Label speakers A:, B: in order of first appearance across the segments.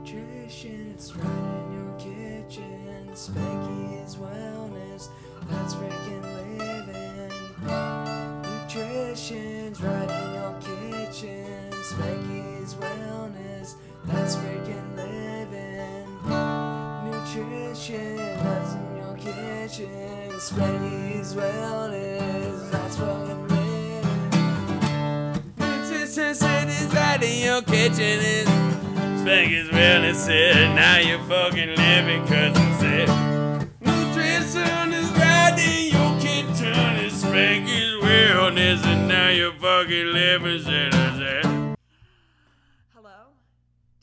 A: nutrition, it's right in your kitchen. Spanky's wellness, that's freaking living. Nutrition's right in your kitchen. Spanky's wellness, that's freaking living. Nutrition, that's in your kitchen. Spanky's wellness, that's fucking living. Nutrition is right in your kitchen. It's Spag is real and said, now you're fucking living, cause I'm sick. Nutrition is right in your kitchen, and spag is realness, and now you're fucking living, shit, I said.
B: Hello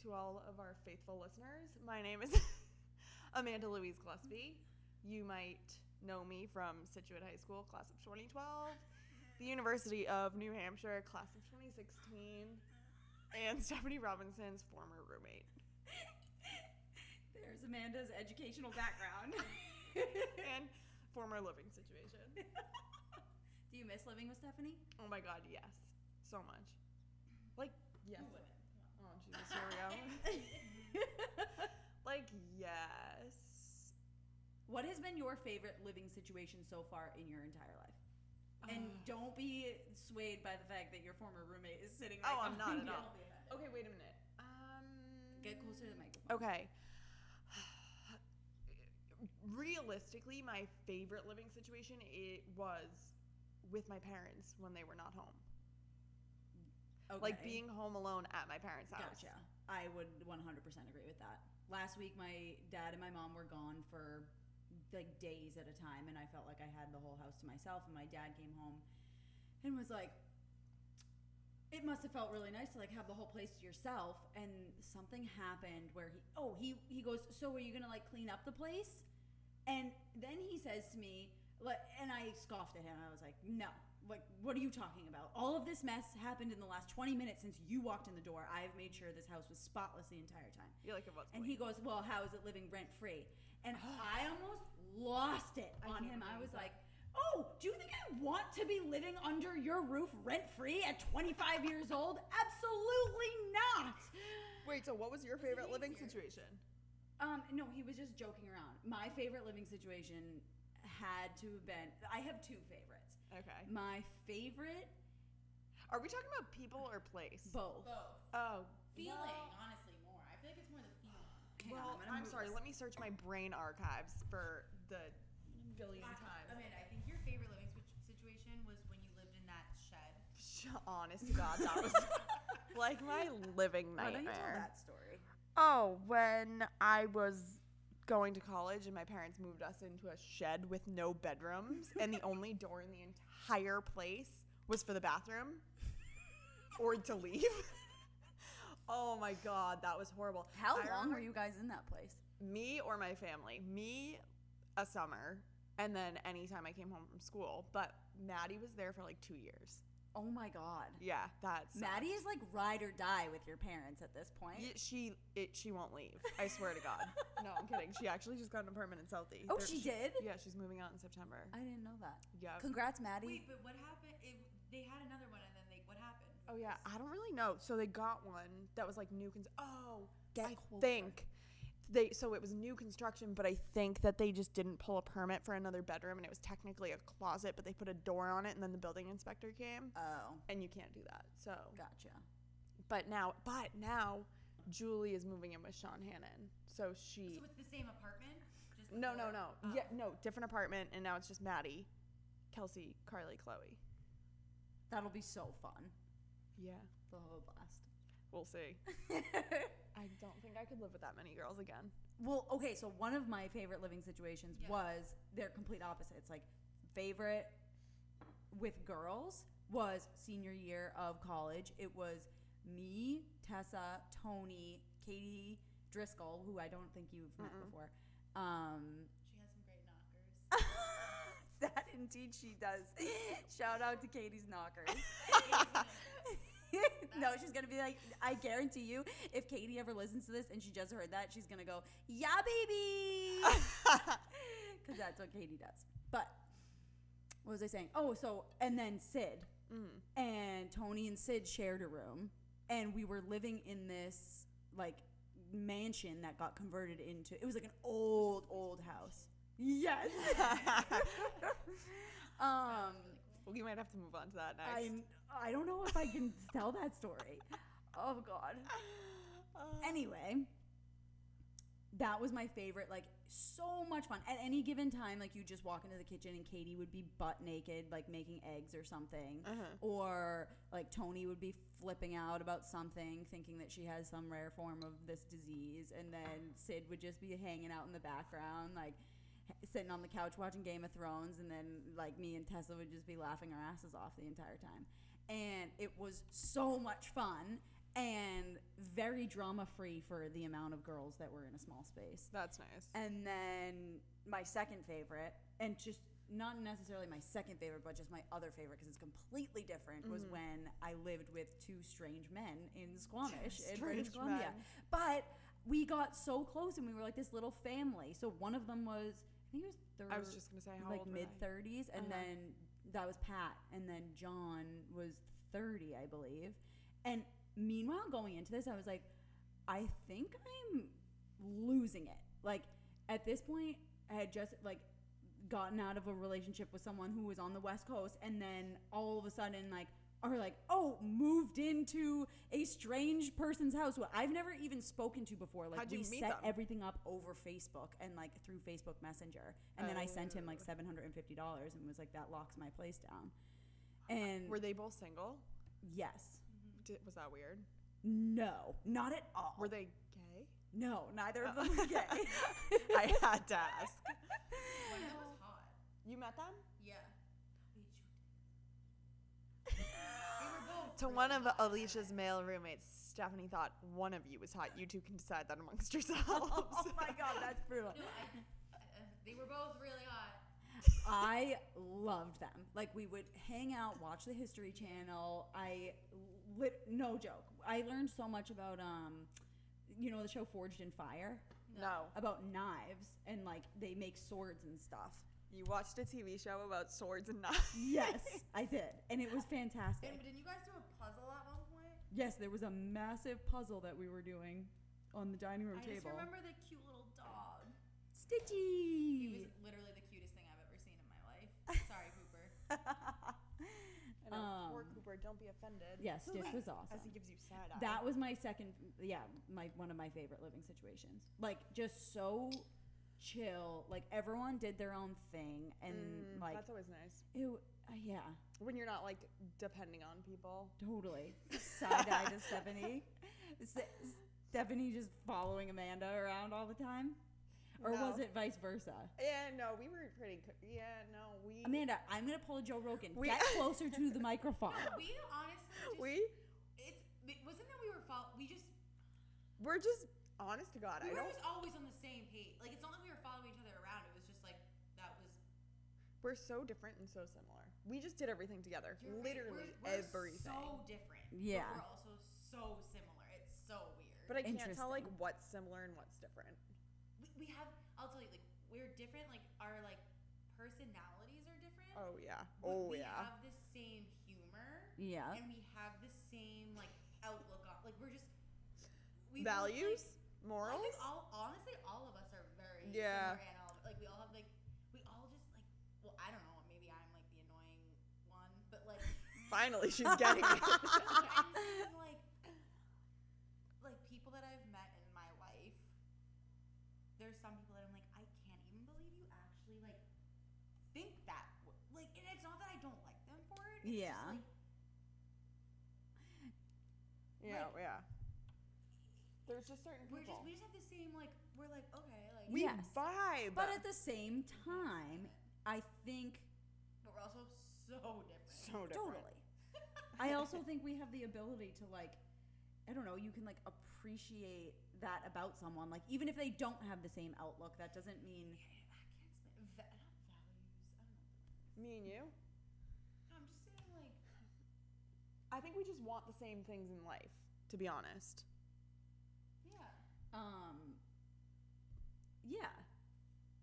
B: to all of our faithful listeners. My name is Amanda Louise Gillespie. You might know me from Situate High School, class of 2012, the University of New Hampshire, class of 2016, and Stephanie Robinson's former roommate.
C: There's Amanda's educational background.
B: And former living situation.
C: Do you miss living with Stephanie?
B: Oh my god, yes. So much. Like, yes. Oh, Jesus, here we go. like, yes.
C: what has been your favorite living situation so far in your entire life? And don't be swayed by the fact that your former roommate is sitting right
B: Oh, I'm not
C: behind
B: at
C: you.
B: all. Okay, wait a minute. Um,
C: Get closer to the microphone.
B: Okay. Realistically, my favorite living situation it was with my parents when they were not home.
C: Okay.
B: Like being home alone at my parents' house.
C: Gotcha. I would 100% agree with that. Last week, my dad and my mom were gone for like days at a time, and I felt like I had the whole house to myself. And my dad came home and was like, it must have felt really nice to like have the whole place to yourself. And something happened where he, oh, he he goes, so are you gonna like clean up the place? And then he says to me, like, and I scoffed at him. I was like, no, like, what are you talking about? All of this mess happened in the last 20 minutes since you walked in the door. I've made sure this house was spotless the entire time.
B: You're like, it was.
C: And he goes, well, how is it living rent free? And I almost lost it
B: I
C: on
B: can't
C: him. I
B: believe
C: was
B: that.
C: like, oh, do you think I want to be living under your roof rent free at 25 years old? Absolutely not.
B: Wait, so what was your favorite living
C: easier.
B: situation?
C: Um, no, he was just joking around. My favorite living situation had to have been. I have two favorites.
B: Okay.
C: My favorite,
B: Are we talking about people or place?
C: both.
D: Both.
B: Oh.
D: Feeling, honestly, more. I feel like it's more the feeling.
C: Hang on,
B: Well,
C: gonna
B: I'm
C: move
B: sorry.
C: this.
B: Let me search my brain archives for the billion times.
D: Amanda, I think your favorite living situ- situation was when you lived in that shed.
B: Sh- Honest to God, that was like my living
C: Why
B: nightmare.
C: don't you tell that story?
B: Oh, when I was going to college and my parents moved us into a shed with no bedrooms, and the only door in the entire place was for the bathroom or to leave. oh my God, that was horrible.
C: How
B: I
C: long
B: remember-
C: were you guys in that place?
B: Me or my family? Me, a summer, and then anytime I came home from school. But Maddie was there for like two years.
C: Oh my god.
B: Yeah, that's
C: Maddie is like ride or die with your parents at this point.
B: Y- she it she won't leave. I swear to God. No, I'm kidding. She actually just got an apartment in Southie.
C: Oh,
B: They're-
C: she did?
B: Yeah, she's moving out in September.
C: I didn't know that.
B: yeah.
C: Congrats, Maddie.
D: Wait, but what happened? It, they had another one, and then they what happened?
B: Oh yeah, I don't really know. So they got one that was like new. Cons- oh,
C: Get
B: I
C: closer.
B: think they so it was new construction, but I think that they just didn't pull a permit for another bedroom, and it was technically a closet, but they put a door on it, and then the building inspector came,
C: oh,
B: and you can't do that. So,
C: gotcha.
B: but now, but now, Julie is moving in with Sean Hannon, so she.
D: So it's the same apartment? Just the
B: No, no,
D: floor?
B: no.
D: Oh.
B: Yeah, no, different apartment, and now it's just Maddie, Kelsey, Carly, Chloe.
C: That'll be so fun.
B: Yeah,
C: The whole blast.
B: we'll see. I don't think I could live with that many girls again.
C: Well, okay, so one of my favorite living situations
D: Yeah.
C: was they're complete opposites. Like favorite with girls was senior year of college. It was me, Tessa, Tony, Katie Driscoll, who I don't think you've met before. Um,
D: She has some great knockers.
C: that indeed she does. Shout out to Katie's knockers. no, she's gonna be like, I guarantee you, if Katie ever listens to this and she just heard that, she's gonna go, yeah, baby, because that's what Katie does. But what was I saying? Oh, so and then Sid
B: Mm.
C: and Tony and Sid shared a room, and we were living in this like mansion that got converted into. It was like an old, old house. Yes. um,
B: We might have to move on to that next.
C: I I don't know if I can tell that story. Oh God. Anyway, that was my favorite. Like so much fun. At any given time, like you just walk into the kitchen and Katie would be butt naked, like making eggs or something,
B: Uh-huh.
C: or like Tony would be flipping out about something, thinking that she has some rare form of this disease, and then Sid would just be hanging out in the background, like. h- Sitting on the couch watching Game of Thrones, and then like me and Tessa would just be laughing our asses off the entire time and it was so much fun and very drama free for the amount of girls that were in a small space.
B: That's nice.
C: And then my second favorite, and just not necessarily my second favorite, but just my other favorite because it's completely different,
B: Mm-hmm.
C: was when I lived with two strange men in Squamish, in British
B: Strange
C: Columbia.
B: men.
C: But we got so close and we were like this little family. So one of them was, I think it was third
B: I was just gonna say how
C: like
B: old
C: mid
B: were
C: 30s and
B: Uh-huh.
C: then that was pat and then john was 30 i believe and meanwhile going into this i was like i think i'm losing it like at this point i had just like gotten out of a relationship with someone who was on the west coast and then all of a sudden like are like oh moved into a strange person's house who i've never even spoken to before like
B: How'd you
C: we
B: meet
C: set
B: them?
C: everything up over facebook and like through facebook messenger and then I sent him like
B: Oh.
C: seven hundred and fifty dollars and was like, "That locks my place down." And
B: they? Were they both single?
C: yes,
B: Did, was that weird?
C: no, not at all.
B: Were they gay?
C: no, neither of
B: Oh.
C: them were gay.
B: I had to ask.
E: One of them was hot.
B: You met them?
E: Yeah. Wait, you They were both.
B: To
E: really
B: one of
E: hot.
B: Alicia's male roommates, Stephanie thought one of you was hot. You two can decide that amongst yourselves.
C: oh my god, that's brutal.
E: No, I, uh, they were both really hot.
C: I loved them. Like we would hang out, watch the History Channel. I lit no joke. I learned so much about um, you know, the show Forged in Fire
B: No.
C: about knives and like they make swords and stuff.
B: You watched a TV show about swords and knives.
C: Yes, I did, and it was fantastic.
E: And didn't you guys do a puzzle at one point?
C: Yes, there was a massive puzzle that we were doing on the dining room
E: I just
C: table.
E: remember the cute little dog. He
C: Stitchy.
E: was literally the cutest thing I've ever seen in my life. Sorry, Cooper.
B: I know, poor
C: Um,
B: Cooper, don't be offended.
C: Yes, Stitch was awesome.
B: As he gives you side eye.
C: That was my second, yeah, my one of my favorite living situations. Like just so chill. Like everyone did their own thing, and
B: Mm,
C: like
B: that's always nice
C: it. w- Uh, yeah,
B: when you're not like depending on people.
C: totally. Side eye to Stephanie. S- Stephanie just following Amanda around all the time, or was
B: No.
C: it vice versa?
B: Yeah, no, we were pretty. Co- yeah, no, we
C: Amanda, I'm gonna pull a Joe Rogan.
B: We-
C: Get closer to the microphone.
E: No, we honestly just.
B: we
E: It's, it wasn't that we were follow. We just.
B: we're just honest to God.
E: We
B: I
E: were
B: don't.
E: just always on the same page. Like, it's not like we were following each other around. It was just like, that was.
B: We're so different and so similar. We just did everything together,
E: you're right,
B: literally
E: we're, we're
B: everything.
E: so different. but
C: Yeah.
E: we're also so similar. It's so weird.
B: but I can't tell like
C: Interesting.
B: what's similar and what's different.
E: we, we have i'll tell you like we're different like our like personalities are different
B: Oh yeah.
E: but
B: Oh
E: we
B: yeah.
E: have the same humor
C: Yeah.
E: and we have the same like outlook on like we're just both,
B: Values,
E: like, I
B: morals.
E: think all honestly all of us are very
B: Yeah.
E: yeah and all, like we all have like we all just like well i don't know maybe i'm like the annoying one but like
B: Finally, she's getting it.
E: I'm thinking, like like people that I've met in my life. There's some people that I'm like, I can't even believe you actually like think that. w- Like, and it's not that I don't like them for it. It's
C: Yeah.
E: Just, like,
B: Yeah, yeah. There's just certain
E: we're just
B: people.
E: we just have the same like we're like okay like
B: we
C: Yes.
B: vibe.
C: But at the same time, I think
E: but we're also so different.
B: so different.
C: totally. I also think we have the ability to like I don't know, you can like appreciate that about someone. Like even if they don't have the same outlook, that doesn't mean
E: I can't explain va- not values. I don't know.
B: Me and you.
E: No, I'm just saying like
B: I think we just want the same things in life. To be honest.
E: yeah.
C: um yeah.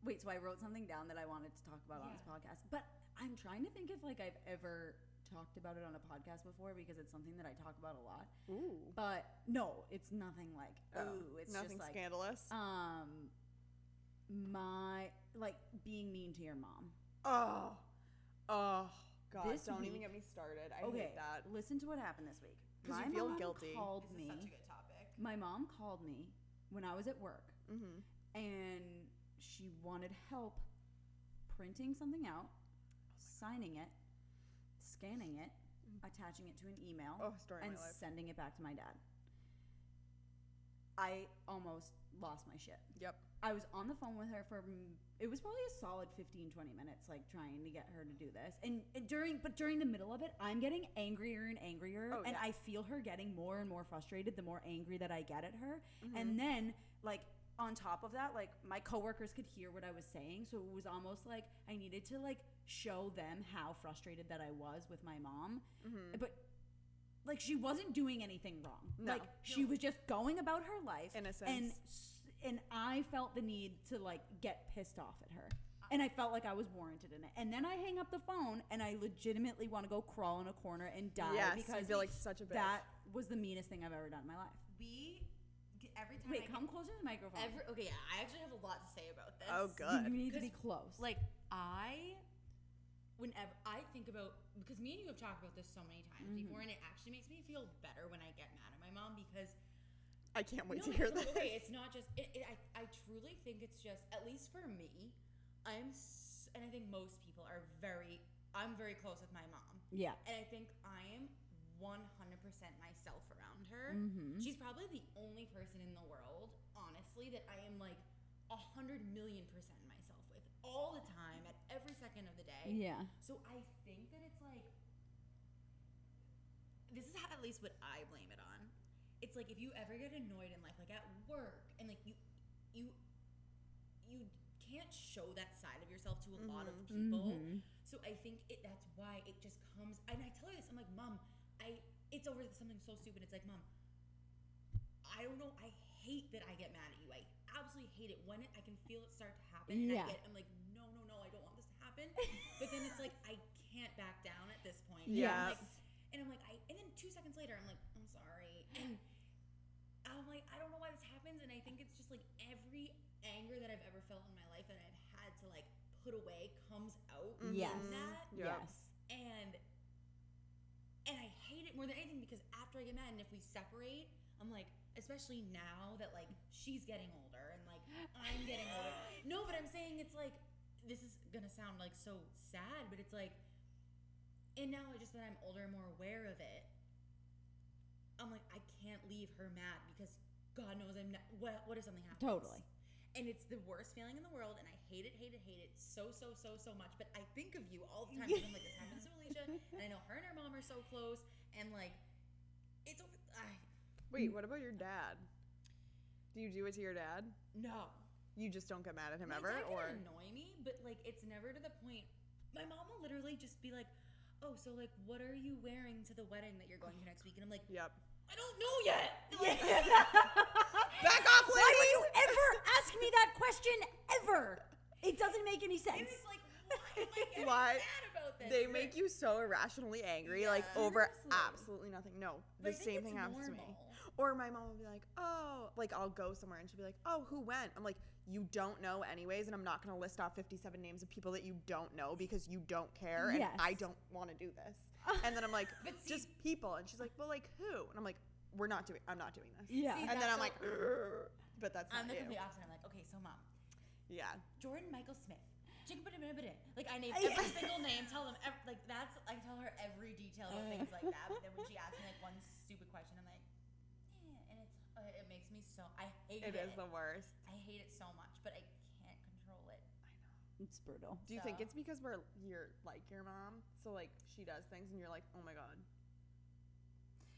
C: Wait, so I wrote something down that I wanted to talk about on this podcast, but I'm trying to think if like I've ever talked about it on a podcast before because it's something that I talk about a lot.
B: Ooh.
C: But no, it's nothing like
B: Oh,
C: ooh, it's
B: Nothing
C: just like
B: scandalous.
C: um my like being mean to your mom.
B: oh. Oh. God.
C: This
B: don't even
C: week-
B: get me started. I
C: okay,
B: hate that.
C: listen to what happened this week.
B: 'Cause you
C: My
B: feel
C: mom
B: guilty.
C: Called
E: This
C: me.
E: is such a good topic.
C: My mom called me when I was at work
B: Mm-hmm.
C: and she wanted help printing something
B: Oh
C: out, signing it, scanning it, attaching it to an email,
B: Oh, story of
C: and
B: my life.
C: sending it back to my dad. I almost lost my shit.
B: Yep.
C: I was on the phone with her for mm, it was probably a solid 15 20 minutes like trying to get her to do this. And and during but during the middle of it, I'm getting angrier and angrier
B: Oh,
C: and
B: yeah.
C: I feel her getting more and more frustrated the more angry that I get at her.
B: Mm-hmm.
C: And then like on top of that, like my coworkers could hear what I was saying, so it was almost like I needed to like show them how frustrated that I was with my mom.
B: Mhm.
C: But like she wasn't doing anything wrong.
B: No.
C: Like she was just going about her life
B: Innocence.
C: and s- and I felt the need to like get pissed off at her. And I felt like I was warranted in it. And then I hang up the phone and I legitimately want to go crawl in a corner and die
B: Yes,
C: because
B: I feel like such a bitch.
C: that was the meanest thing I've ever done in my life.
E: We g- every time I
C: Wait,
E: get-
C: come closer to the microphone.
E: every okay, yeah, I actually have a lot to say about this.
B: Oh,
C: You
B: good.
C: need to
E: This-
C: be close.
E: Like I, whenever I think about because me and you have talked about this so many times
B: Mm-hmm.
C: Mhm.
E: before, and it actually makes me feel better when I get mad at my mom because
B: I can't wait to
E: No,
B: hear
E: it's
B: this.
E: not- Okay, it's not just. It, it, I, I truly think it's just. At least for me, I'm, s- and I think most people are very. I'm very close with my mom,
C: yeah.
E: and I think I am 100% myself around her.
C: Mm-hmm.
E: She's probably the only person in the world, honestly, that I am like a hundred million percent myself with all the time, at every second of the day.
C: Yeah.
E: So I think that it's like this is how, at least what I blame it on. It's like if you ever get annoyed in life, like at work, and like you you you can't show that side of yourself to a lot of people.
C: Mhm.
E: So I think it, that's why it just comes. And I tell her this, I'm like, Mom, I it's over something so stupid. It's like, Mom, I don't know. I hate that I get mad at you. I absolutely hate it when it, I can feel it start to happen. And
C: Yeah.
E: I get, I'm like, no, no, no, I don't want this to happen. but then it's like, I can't back down at this point.
B: Yeah.
E: And I'm like, and I'm like, I, and then two seconds later, I'm like, I'm sorry. And I'm like, I don't know why this happens. And I think it's just like every anger that I've ever felt in my life that I've had to like put away comes out.
B: Mhm.
C: Yes.
E: that-
B: Yep.
C: Yes.
E: And, and I hate it more than anything because after I get mad and if we separate, I'm like, especially now that like she's getting older and like I'm getting older. No, but I'm saying it's like this is gonna sound like so sad, but it's like, and now just that I'm older and more aware of it, I'm like I can't leave her mad because God knows I'm not. What what if something happens?
C: Totally.
E: And it's the worst feeling in the world, and I hate it, hate it, hate it so so so so much. But I think of you all the time. 'cause I'm like this happens to Alicia, and I know her and her mom are so close, and like it's over. I,
B: Wait, what about your dad? Do you do it to your dad?
E: no,
B: You just don't get mad at him
E: My
B: ever,
E: dad can
B: or
E: annoy me, but like it's never to the point. My mom will literally just be like, "Oh, so like, what are you wearing to the wedding that you're going to next week?" And I'm like,
B: yep.
E: "I don't know yet." Like,
B: Back off, lady.
C: Why would you ever ask me that question ever? It doesn't make any
E: and
C: sense.
E: it's like, why am I getting
B: Why?
E: mad about this?
B: They make you so irrationally angry, like
E: Yeah.
B: over
C: Seriously.
B: absolutely nothing. No, the same thing happens to me. Or my mom will be like, "Oh, like I'll go somewhere," and she'll be like, "Oh, who went?" I'm like, "You don't know, anyways," and I'm not gonna list off 57 names of people that you don't know because you don't care,
C: Yes.
B: and I don't want to do this. and then I'm like,
E: But see-
B: "Just people," and she's like, "Well, like who?" And I'm like, "We're not doing. I'm not doing this."
C: yeah.
E: See,
B: And then I'm
E: that's so-
B: like, "Ugh," "But that's
E: I'm
B: not you."
E: the complete opposite. I'm like, okay, so mom,
B: Yeah.
E: Jordan Michael Smith. Jacob Badabadabada. Like I name
C: Yeah.
E: every single name, tell them ev like that's I tell her every detail of things like that. But then when she asks me like one stupid question, I'm like, eh, and it's uh, it makes me so I hate it.
B: It is the worst.
E: I hate it so much, but I can't control it.
C: It's brutal.
B: Do you think
E: So-
B: it's because we're you're like your mom, so like she does things and you're like, oh my god.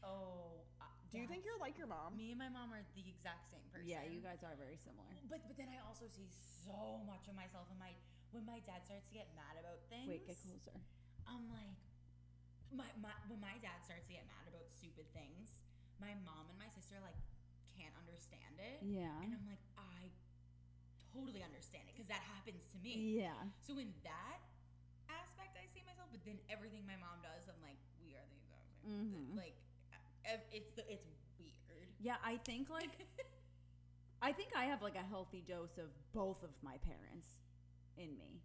E: Oh, uh,
B: Do you think
E: that's-
B: you're like your mom?
E: Me and my mom are the exact same person.
C: Yeah, you guys are very similar.
E: But but then I also see so much of myself in my when my dad starts to get mad about things.
C: Wait, get closer.
E: I'm like, my, my when my dad starts to get mad about stupid things, my mom and my sister like can't understand it,
C: Yeah.
E: and I'm like, I totally understand it because that happens to me.
C: Yeah.
E: So in that aspect, I see myself, but then everything my mom does, I'm like, we are the exact same.
C: Mhm.
E: Like, ev- it's the it's weird.
C: Yeah, I think like I think I have like a healthy dose of both of my parents in me.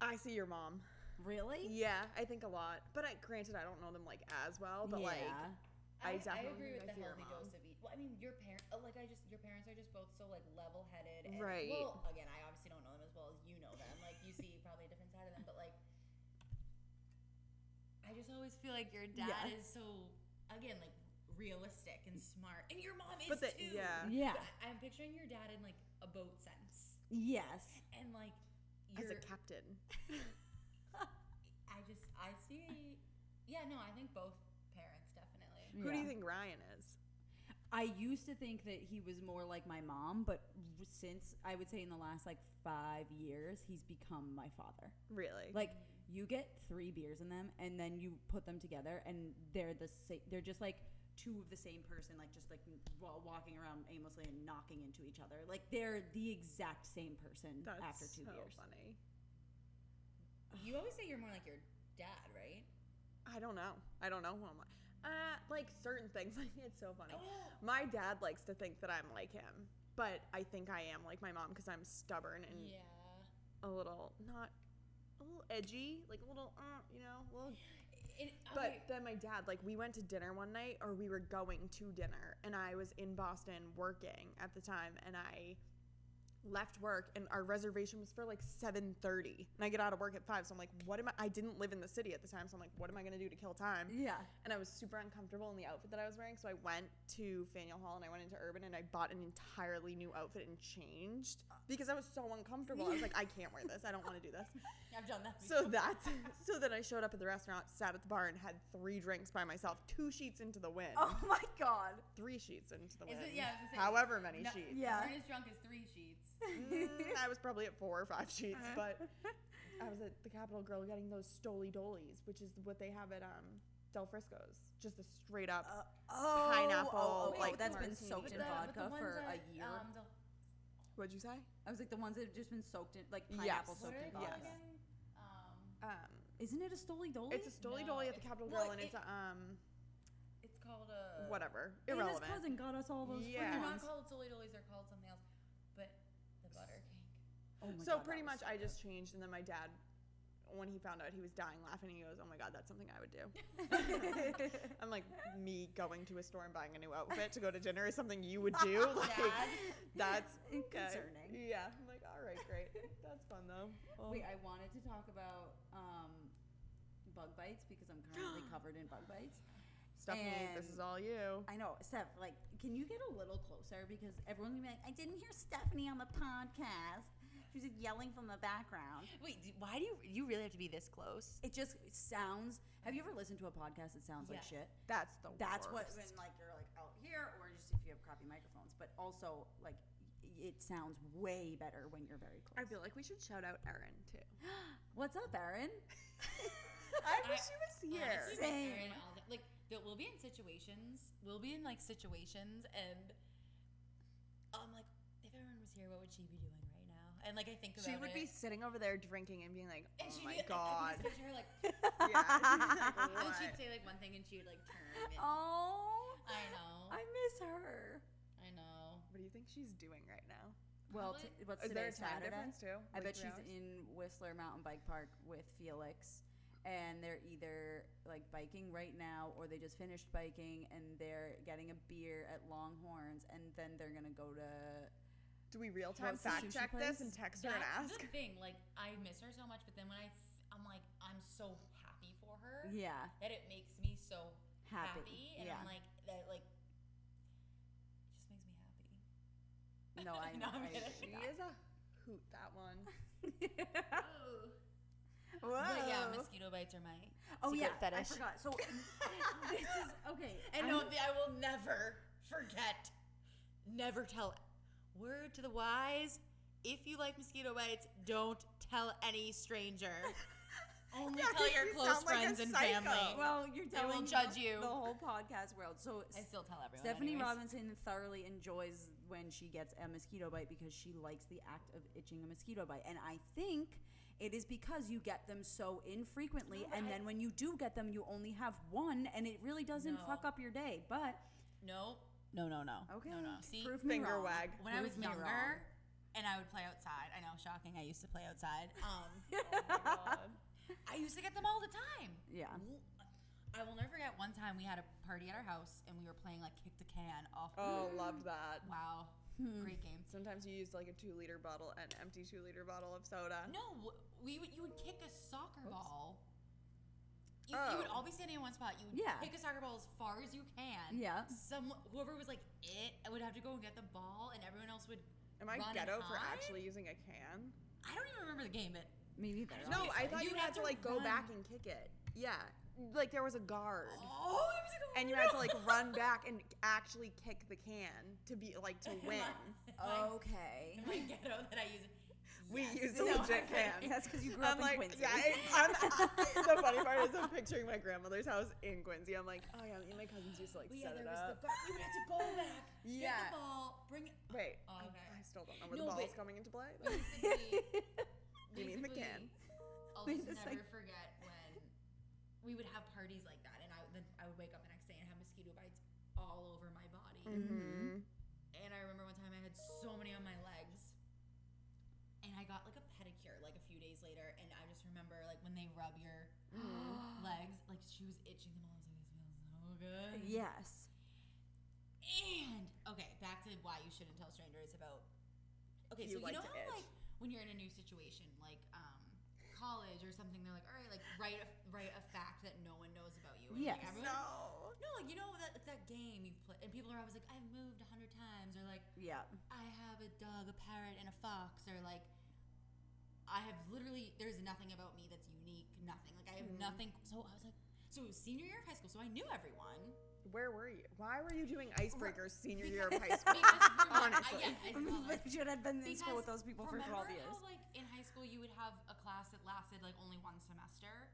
B: I see your mom.
C: Really?
B: Yeah, I think a lot. But I, granted, I don't know them like as well. But like, I definitely
E: agree with
B: think I see
E: the
B: your
E: healthy
B: mom.
E: dose of each. Well, I mean, your parent, uh, like I just, your parents are just both so like level-headed. And,
B: Right.
E: Well, again, I obviously don't know them as well as you know them. Like you see probably a different side of them, but like, I just always feel like your dad
C: Yeah.
E: is so again like realistic and smart, and your mom is
B: But the-
E: too.
B: uh, yeah.
C: yeah.
E: But I- I'm picturing your dad in like a boat sense,
C: Yes.
E: and like
B: as a
E: your
B: captain.
E: I just I see yeah, no, I think both parents definitely.
B: Who do you
C: Yeah.
B: think Ryan is?
C: I used to think that he was more like my mom, but r- since I would say in the last like 5 years, he's become my father.
B: Really?
C: Like you get 3 beers in them and then you put them together and they're the sa- they're just like two of the same person like just like n- wa- walking around aimlessly and knocking into each other. Like they're the exact same person
B: That's
C: after 2
B: so
C: years.
B: funny.
E: You always say you're more like your dad, right?
B: I don't know. I don't know who I'm like. Uh, like certain things. Like it's so funny.
E: Oh.
B: My dad likes to think that I'm like him, but I think I am like my mom because I'm stubborn and a
E: Yeah.
B: little not a little edgy, like a little, uh, you know, a little.
E: It,
B: But
E: okay,
B: then my dad, like, we went to dinner one night, or we were going to dinner, and I was in Boston working at the time, and I left work, and our reservation was for like seven thirty, and I get out of work at five, so I'm like, what am I? I didn't live in the city at the time, so I'm like, what am I gonna do to kill time?
E: Mm.
C: Yeah.
B: and I was super uncomfortable in the outfit that I was wearing. So I went to Faneuil Hall and I went into Urban and I bought an entirely new outfit and changed because I was so uncomfortable. I was like, I can't wear this. I don't want to do this.
E: I've done that.
B: So that's so then I showed up at the restaurant, sat at the bar, and had three drinks by myself, two sheets into the wind,
C: Oh my god.
B: three sheets into the
E: Is
B: wind.
E: it- yeah, I was gonna say-
B: however many
E: No,
B: sheets.
C: Yeah.
E: Ernest drunk is three sheets.
B: Mm, I was probably at four or five sheets,
E: Uh-huh.
B: but I was at the Capital Girl getting those Stoli Dolies, which is what they have at um, Del Frisco's. Just a straight up.
E: Uh,
C: oh,
B: Pineapple,
C: oh, oh,
B: like,
C: that's been
B: martini.
C: soaked in
B: But
E: the-
C: vodka
E: the ones
C: for
E: that,
C: a year.
E: Um, the,
B: What'd you say?
C: I was like the ones that have just been soaked in like
B: Yes.
C: pineapple soaked
E: what
C: in
E: are they
C: vodka.
E: called again? Um,
B: Um,
C: Isn't it a stoli doli?
B: It's a stoli
E: No,
B: dolly at the
E: it's-
B: Capitol
E: well,
B: Grill, and
E: it-
B: it's
E: Uh,
B: a, um
E: it's called a
B: whatever
C: Anna's
B: irrelevant.
C: cousin got us all those free
B: Yeah.
E: They're
C: ones.
E: not called Dolly Dollies. They're called something else. But the butter cake.
C: Oh my
B: So
C: God,
B: pretty
C: that
B: much,
C: was so
B: I
C: good.
B: just changed, and then my dad, when he found out, he was dying laughing. He goes, "Oh my god, that's something I would do." I'm like, me going to a store and buying a new outfit to go to dinner is something you would do. Like, that's okay.
C: Concerning.
B: Yeah, I'm like, all right, great. That's fun though. Oh.
C: Wait, I wanted to talk about um, bug bites because I'm currently covered in bug bites.
B: Stephanie, this is
C: and-
B: all you.
C: I know, Steph. Like, can you get a little closer because everyone's gonna be like, I didn't hear Stephanie on the podcast. She was yelling from the background.
E: Wait, d- why do you you really have to be this close?
C: It just sounds. Have you ever listened to a podcast that sounds like shit?
E: Yes.
B: That's the
C: That's what
B: worst.
C: when like you're like out here, or just if you have crappy microphones. But also like y- it sounds way better when you're very close.
B: I feel like we should shout out Erin too.
C: What's up, Erin?
B: I
E: I-
B: wish she was here.
E: Honestly,
C: Same.
E: Sarah and all that- Like that we'll be in situations, we'll be in like situations, and I'm like, if everyone was here, what would she be doing right now? And like I think about
B: She would
E: it,
B: be sitting over there drinking and being like, "Oh
E: and she'd
B: my
E: be, I- I,
B: god."
E: can just picture her like,
B: yeah.
E: and
B: What?
E: she'd say like one thing, and she would like turn. And,
C: Oh,
E: I know.
C: I miss her.
E: I know.
B: What do you think she's doing right now?
C: Well,
E: Probably-
C: t- what's
B: Is there a
C: today?
B: time
C: Saturday.
B: difference too?
C: I
B: Like
C: bet
B: three
C: she's
B: hours?
C: in Whistler Mountain Bike Park with Felix, and they're either like biking right now, or they just finished biking and they're getting a beer at Longhorns, and then they're gonna go to
B: Do we real time
C: What's the
B: fact
C: sushi
B: check
C: place?
B: this and text her and
E: That's
B: ask?
E: the thing. Like I miss her so much, but then when I, f- I'm like, I'm so happy for her
C: yeah,
E: that it makes me so
C: happy,
E: happy, and
C: yeah.
E: I'm like that like it just makes me happy.
C: no, I,
E: No, I'm
C: I
B: She
C: agree.
E: kidding.
B: is a hoot. That one.
E: Oh. But yeah, mosquito bites are my
C: oh
E: secret
C: yeah,
E: fetish.
C: I forgot. So this is okay.
E: And
C: I'm-
E: no, th- I will never forget. Never tell. Word to the wise: if you like mosquito bites, don't tell any stranger. Only
B: Yeah,
E: tell
B: 'cause
E: your
B: you
E: close
B: sound like a
E: friends and
B: psycho.
E: family.
C: well, you're
E: They will
C: telling
E: judge
C: the-
E: you.
C: the whole podcast world. So
E: I still tell everyone.
C: Stephanie
E: anyways.
C: Robinson thoroughly enjoys when she gets a mosquito bite because she likes the act of itching a mosquito bite. And I think It is because you get them so infrequently,
E: No, but
C: and
E: I-
C: then when you do get them, you only have one, and it really doesn't
E: No.
C: fuck up your day. But
E: No, no, no, no.
C: okay,
E: No, no. See,
C: prove me
B: Finger
C: wrong.
B: wag.
E: when I was
C: prove me
E: younger
C: wrong.
E: and I would play outside, I know, shocking, I used to play outside. Um,
B: Oh my God.
E: I used to get them all the time.
C: Yeah.
E: I will never forget one time we had a party at our house and we were playing like kick the can. Oh,
B: Oh, loved that.
E: wow.
C: Hmm.
E: Great game.
B: Sometimes you used like a two liter bottle, an empty two liter bottle of soda.
E: No, we would, you would kick a soccer ball. You, you would
B: Oh.
E: all be standing in one spot. You would
C: Yeah.
E: kick a soccer ball as far as you can.
C: Yeah.
E: Some whoever was like it would have to go and get the ball, and everyone else would.
B: Am I
E: Run and
B: ghetto for
E: hide?
B: actually using a can?
E: I don't even remember the game, but
C: Me neither.
B: No,
E: No,
B: I
E: Obviously.
B: thought you,
E: You'd
B: had
E: have
B: to
E: to
B: like go
E: run.
B: back and kick it. Yeah, like there was a guard,
E: oh, there was like a
B: and you had to
E: real-
B: like run back and actually kick the can to be like to win.
E: Oh,
C: Okay.
E: my ghetto that I use.
B: We
E: Yes.
B: used a
E: No,
B: legit can.
C: That's because you grew
B: I'm
C: up
B: like,
C: in Quincy.
B: yeah. It, I'm, the funny part is I'm picturing my grandmother's house in Quincy. I'm like, oh yeah, me and my cousins used to like
E: Well, yeah,
B: set
E: there
B: it
E: was the
B: up.
E: guard. You would have to go back.
B: yeah.
E: Get the ball. Bring it.
B: Wait.
E: Oh,
B: I-
E: okay.
B: I still don't know where
E: No,
B: the ball
E: but-
B: is coming into play. but-
E: Basically,
B: You mean the
E: basically,
B: can.
E: I'll
C: Wait
E: just
C: a
E: never
C: sec.
E: forget when we would have parties like that, and I would- then I would wake up the next day and have mosquito bites all over my body.
B: Mhm.
E: And I remember one time I had so many on my legs, and I got like a pedicure like a few days later, and I just remember like when they rub your
B: Mm-hmm.
E: legs, like she was itching them all. I was like, this feels so good.
C: yes.
E: And okay, back to why you shouldn't tell strangers about. Okay,
B: You
E: so
B: like
E: you know
B: to
E: how
B: itch.
E: like when you're in a new situation, like um, college or something, they're like, all right, like write a write a fact that no one knows about you. And,
C: Yes.
E: Like, everyone,
B: No.
E: no, like you know that like, that game you play, and people are always like, I've moved a hundred times, or like
C: Yeah.
E: I have a dog, a parrot, and a fox, or like I have literally there's nothing about me that's unique, nothing. Like I have nothing. So I was like, so it was senior year of high school, so I knew everyone.
B: Where were you? Why were you doing icebreakers senior year of high school?
E: Because remember- I-
B: Honestly.
E: yeah, I love it.
C: I should have been in
E: Because
C: school with those people for
E: remember
C: 12 years.
E: How, like in high school, you would have a class that lasted like only one semester.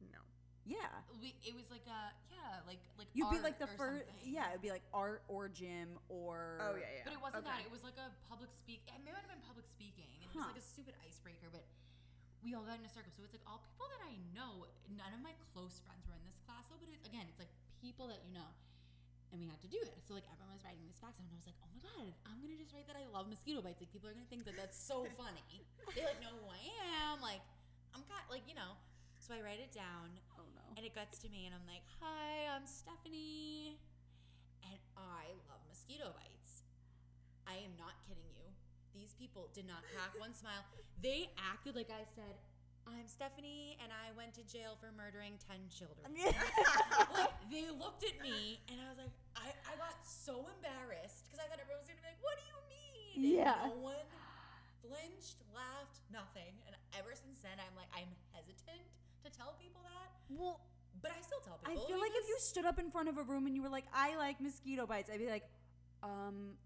B: No.
C: yeah.
E: We, it was like a yeah, like like
C: You'd be
E: art
C: like the
E: or
C: first.
E: something.
C: Yeah, it'd be like art or gym or.
B: Oh yeah, yeah.
E: But it wasn't that.
B: okay.
E: It was like a public speak. It may have been public speaking. and It
C: Huh.
E: was like a stupid icebreaker, but we all got in a circle. So it's like all people that I know. None of my close friends were in this class, though. But it, again, it's like people that you know. And we had to do this. So like everyone was writing these facts down, and I was like, oh my god, I'm gonna just write that I love mosquito bites. Like people are gonna think that that's so funny. they like know who I am. Like I'm kind like you know. So I write it down,
C: Oh no.
E: and it gets to me, and I'm like, "Hi, I'm Stephanie, and I love mosquito bites. I am not kidding you. These people did not crack one smile. They acted like I said." I'm Stephanie, and I went to jail for murdering ten children. like, they looked at me, and I was like, I, I got so embarrassed because I thought everyone was gonna be like, "What do you mean?" And
C: Yeah.
E: no one flinched, laughed, nothing. And ever since then, I'm like, I'm hesitant to tell people that.
C: Well,
E: But I still tell
C: I
E: people.
C: feel like if you
E: because-
C: stood up in front of a room and you were like, "I like mosquito bites," I'd be like, "Um,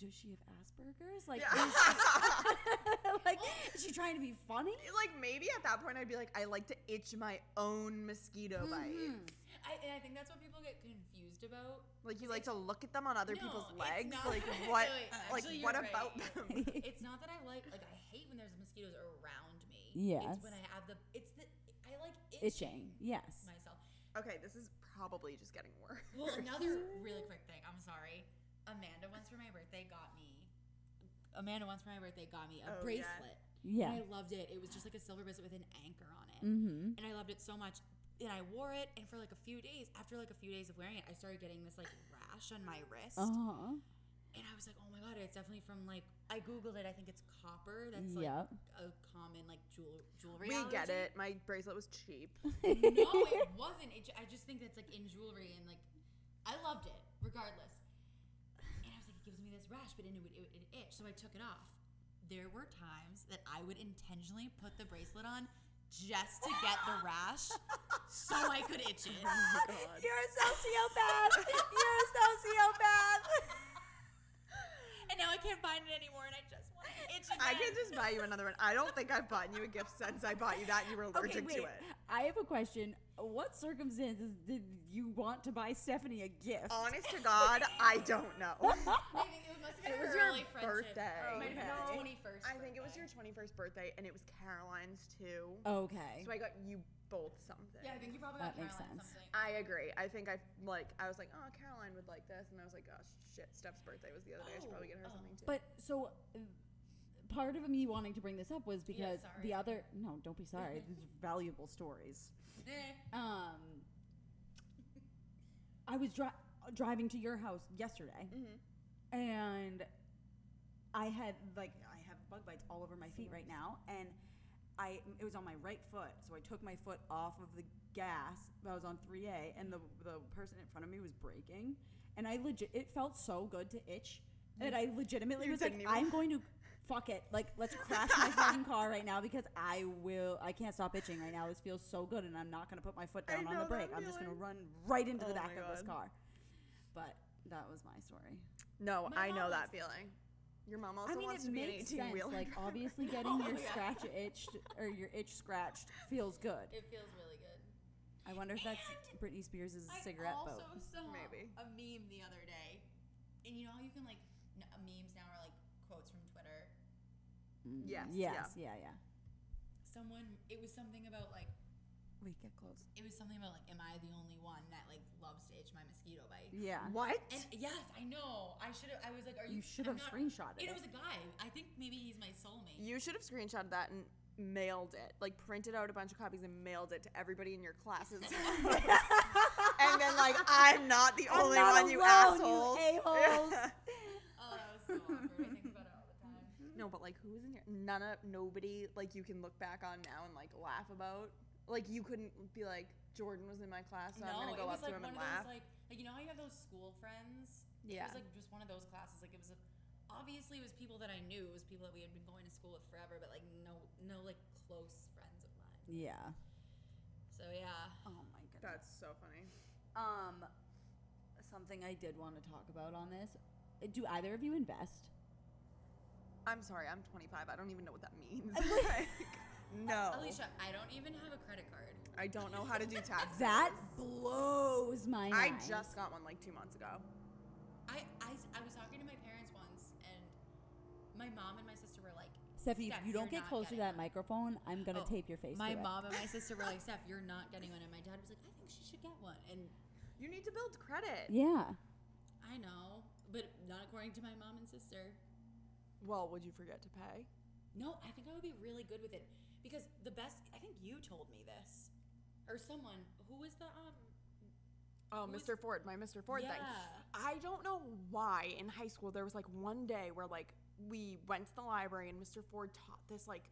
C: does she have Asperger's? Like,
B: Yeah.
C: is she, like, is she trying to be funny?"
B: like maybe at that point I'd be like, I like to itch my own mosquito
C: Mhm.
B: bites.
E: I, and I think that's what people get confused about.
B: Like you like to look at them on other
E: No,
B: people's
E: it's
B: legs.
E: not.
B: Like what?
E: No, wait,
B: like
E: actually,
B: what
E: you're
B: about
E: right.
B: them?
C: Mm-hmm.
E: It's not that I like like I hate when there's mosquitoes around me.
C: Yes.
E: It's when I have the it's the I like
C: Itching.
E: itching,
C: Yes.
E: myself.
B: okay, this is probably just getting worse.
E: Well, another really quick thing. I'm sorry. Amanda once for my birthday got me. Amanda once for my birthday got me a
B: Oh, yeah.
E: bracelet.
C: Yeah.
E: And I loved it. It was just like a silver bracelet with an anchor on it.
C: Mm-hmm.
E: and I loved it so much. And I wore it, and for like a few days, after like a few days of wearing it, I started getting this like rash on my wrist,
C: Uh-huh.
E: and I was like, "Oh my god, it's definitely from like." I googled it. I think it's copper. That's
C: Yep.
E: like a common like jewel jewelry.
B: we get
E: allergy.
B: it. My bracelet was cheap.
E: no, it wasn't. It, ju- I just think that's like in jewelry, and like I loved it regardless. And I was like, it gives me this rash, but then it would it, would itch, so I took it off. There were times that I would intentionally put the bracelet on just to get the rash, so I could itch it.
B: Oh God.
C: Uh-huh. You're a sociopath. You're
E: And now I can't find it anymore, and I just want to itch again.
B: I can just buy you another one. I don't think I've bought you a gift since I bought you that. and You were
C: a sociopath. okay,
B: allergic
C: wait.
B: to it.
C: I have a question. What circumstances did you want to buy Stephanie a gift?
B: Honest to God, I don't know.
E: I think it must have been
B: It was
E: an
B: your
E: early friendship. Oh,
B: birthday.
E: It might have been
B: Okay.
E: twenty first.
B: I think it was your 21st 21st birthday, and it was Caroline's too.
C: Okay.
B: So I got you both something.
E: Yeah, I think you probably
C: That
E: got
C: makes
E: Caroline
C: sense.
E: something.
B: I agree. I think I like. I was like, oh, Caroline would like this, and I was like, oh shit, Steph's birthday was the other day. I should probably get her
E: Oh, oh.
B: something too.
C: But so uh, part of me wanting to bring this up was because
E: sorry.
C: the other no, don't be sorry. These are valuable stories.
E: Eh,
C: Um I was dri- driving to your house yesterday
B: Mhm.
C: and I had like I have bug bites all over my feet right now and I it was on my right foot, so I took my foot off of the gas. I was on 3A and the the person in front of me was braking and I legit it felt so good to itch that I legitimately
B: You
C: was like
B: didn't even-
C: I'm going to fuck it. Like let's crash my fucking car right now because I will I can't stop itching right now. This feels so good and I'm not going to put my foot
B: I
C: down on
B: know that
C: the brake. I'm just going to
B: feeling.
C: run right into the
B: Oh my
C: back of this
B: God.
C: car. But that was my story.
B: no,
E: My
B: I
E: mom
B: know that
E: likes-
B: feeling. Your mom also wants to be an 18 wheeler. Oh
C: Like obviously, getting your scratch itched or your itch scratched feels good.
E: it feels really good.
C: I wonder if that's
E: And
C: Britney Spears'
E: I
C: cigarette
E: also
C: boat.
E: saw
B: Maybe.
E: a meme the other day, and you know how you can like n- uh, memes now are like quotes from Twitter.
C: Mm,
B: Yes, yeah.
C: Yes. Yeah. Yeah.
E: Someone, it was something about like
C: Wait, get close.
E: it was something about like, am I the only one that like loves to itch my mosquito bites?
C: Yeah.
B: what?
E: And yes, I know. I should have. I was like, are you?
C: You should
E: I'm
C: have
E: not-
C: screenshotted
E: It
C: it.
E: was a guy. I think maybe he's my soulmate.
B: You should have screenshotted that and mailed it. Like printed out a bunch of copies and mailed it to everybody in your classes. and then like, I'm not the
C: I'm
B: only
C: not
B: one, you
C: alone,
B: assholes.
C: you a-holes.
E: Oh, that was so awkward. I think about it all the time.
B: no, but like, who was in your? None of nobody like you can look back on now and like laugh about. Like you couldn't be like Jordan was in my class, so
E: no,
B: I'm gonna go
E: it was
B: up
E: like
B: to him
E: one
B: and
E: of
B: laugh.
E: those like like you know how you have those school friends.
B: Yeah.
E: It was like just one of those classes. Like it was a, obviously it was people that I knew. It was people that we had been going to school with forever, but like no no like close friends of mine.
C: yeah.
E: So yeah.
C: Oh my goodness.
B: That's so funny.
C: Um, something I did want to talk about on this. Do either of you invest?
B: I'm sorry, I'm 25. I don't even know what that means.
C: I'm
B: like, no,
E: Alicia, I don't even have a credit card.
B: I don't know how to do taxes.
C: That blows my mind.
B: I just got one like two months ago.
E: I, I s- I was talking to my parents once, and my mom and my sister were like,
C: Steffi, if
E: Steph,
C: you don't
E: you're
C: get
E: not
C: close to that
E: getting one."
C: microphone, I'm gonna
E: Oh,
C: tape your face.
E: My
C: to it.
E: mom and my sister were like, Steph, you're not getting one. And my dad was like, I think she should get one. And
B: You need to build credit.
C: Yeah.
E: I know, but not according to my mom and sister.
B: Well, would you forget to pay?
E: No, I think I would be really good with it because the best. I think you told me this, or someone who was the um.
B: Oh,
E: Who was-
B: Mr. Ford, my Mr. Ford thing.
E: Yeah.
B: I don't know why in high school there was like one day where like we went to the library and Mr. Ford taught this like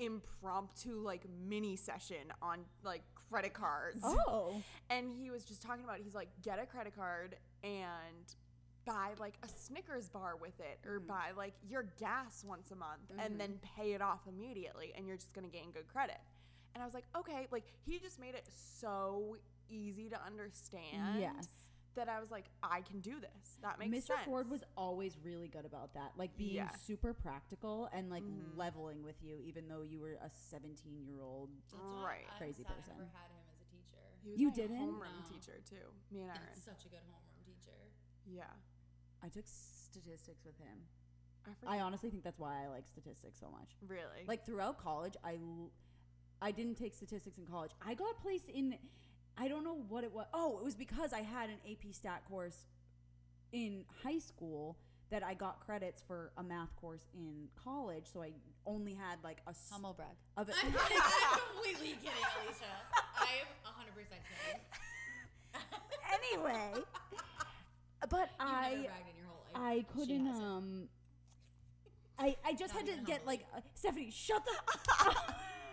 B: impromptu like mini session on like credit cards.
C: Oh.
B: And he was just talking about it. he's like get a credit card and buy like a Snickers bar with it or
C: Mm-hmm.
B: buy like your gas once a month and then pay it off immediately and you're just going to gain good credit. And I was like, okay, like he just made it so easy to understand
C: Yes.
B: that I was like, I can do this. That makes
C: Mr.
B: sense.
C: Ford was always really good about that, like being
B: Yeah.
C: super practical and like
E: Mm-hmm.
C: leveling with you, even though you were a 17 year old.
E: That's why
B: Right.
E: I'm
C: Crazy
E: sad I
C: person.
E: never had him as a teacher.
B: He was
C: You
B: my
C: didn't?
B: homeroom
E: No.
B: teacher too. Me and Aaron.
E: That's such a good homeroom teacher.
B: Yeah.
C: I took statistics with him.
B: I forget.
C: I honestly think that's why I like statistics so much.
B: really?
C: Like throughout college, I l- I didn't take statistics in college. I got placed in I don't know what it was. Oh, it was because I had an AP stat course in high school that I got credits for a math course in college, so I only had like a s-
E: brag.
C: of it.
E: I'm, kidding. I'm completely kidding, Alicia. I am 100 percent kidding.
C: anyway, but
E: You've never
C: I
E: bragged in your whole life.
C: I
E: She
C: couldn't
E: hasn't.
C: um I I just
E: Not
C: had to
E: even
C: get
E: humbly.
C: like uh, Stephanie, shut the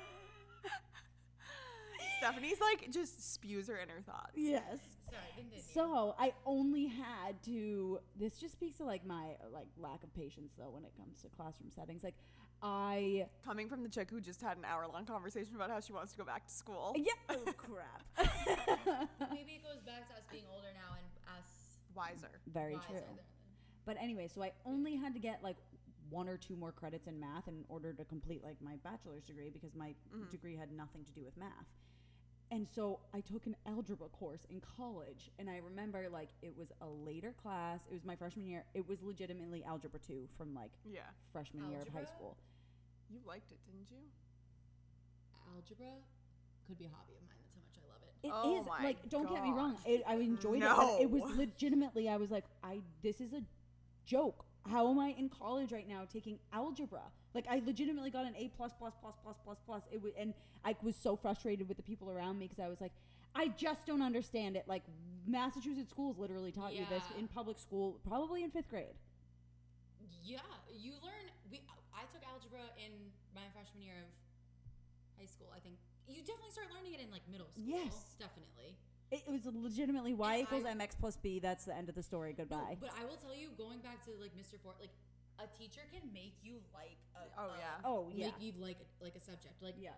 B: Stephanie's like just spews her inner thoughts.
C: Yes.
E: Sorry, continue.
C: So I only had to. This just speaks to like my like lack of patience though when it comes to classroom settings. Like I
B: Coming from the chick who just had an hour long conversation about how she wants to go back to school.
C: yeah. Oh crap.
E: maybe it goes back to us being older now and us.
B: Wiser.
C: Very
E: wiser
C: true.
E: than-
C: But anyway, so I only had to get like one or two more credits in math in order to complete like my bachelor's degree because my degree had nothing to do with math. And so I took an algebra course in college and I remember like it was a later class. It was my freshman year. It was legitimately algebra 2 from like
B: Yeah.
C: freshman year of high
E: Algebra?
C: school.
B: You liked it, didn't you?
E: Algebra could be a hobby of mine. That's how much I love it.
F: It is
B: Oh my
F: like don't get me wrong.
B: gosh.
F: It, I enjoyed it. But it was
B: No.
F: legitimately. I was like, I this is a joke. How am I in college right now taking algebra? Like I legitimately got an A plus plus plus plus plus plus. It was, and I was so frustrated with the people around me because I was like, I just don't understand it. Like Massachusetts schools literally taught you this
E: Yeah.
F: in public school, probably in fifth grade.
E: Yeah, you learn. We I took algebra in my freshman year of high school. I think you definitely start learning it in like middle school.
F: Yes.
E: definitely.
F: It, it was legitimately Y
E: And
F: equals
E: I-
F: mx plus b. That's the end of the story. Goodbye.
E: But I will tell you, going back to like Mr. Ford, like a teacher can make you like a
B: Oh,
E: a-
B: yeah.
F: oh yeah,
E: make you like like a subject. Like
F: yeah.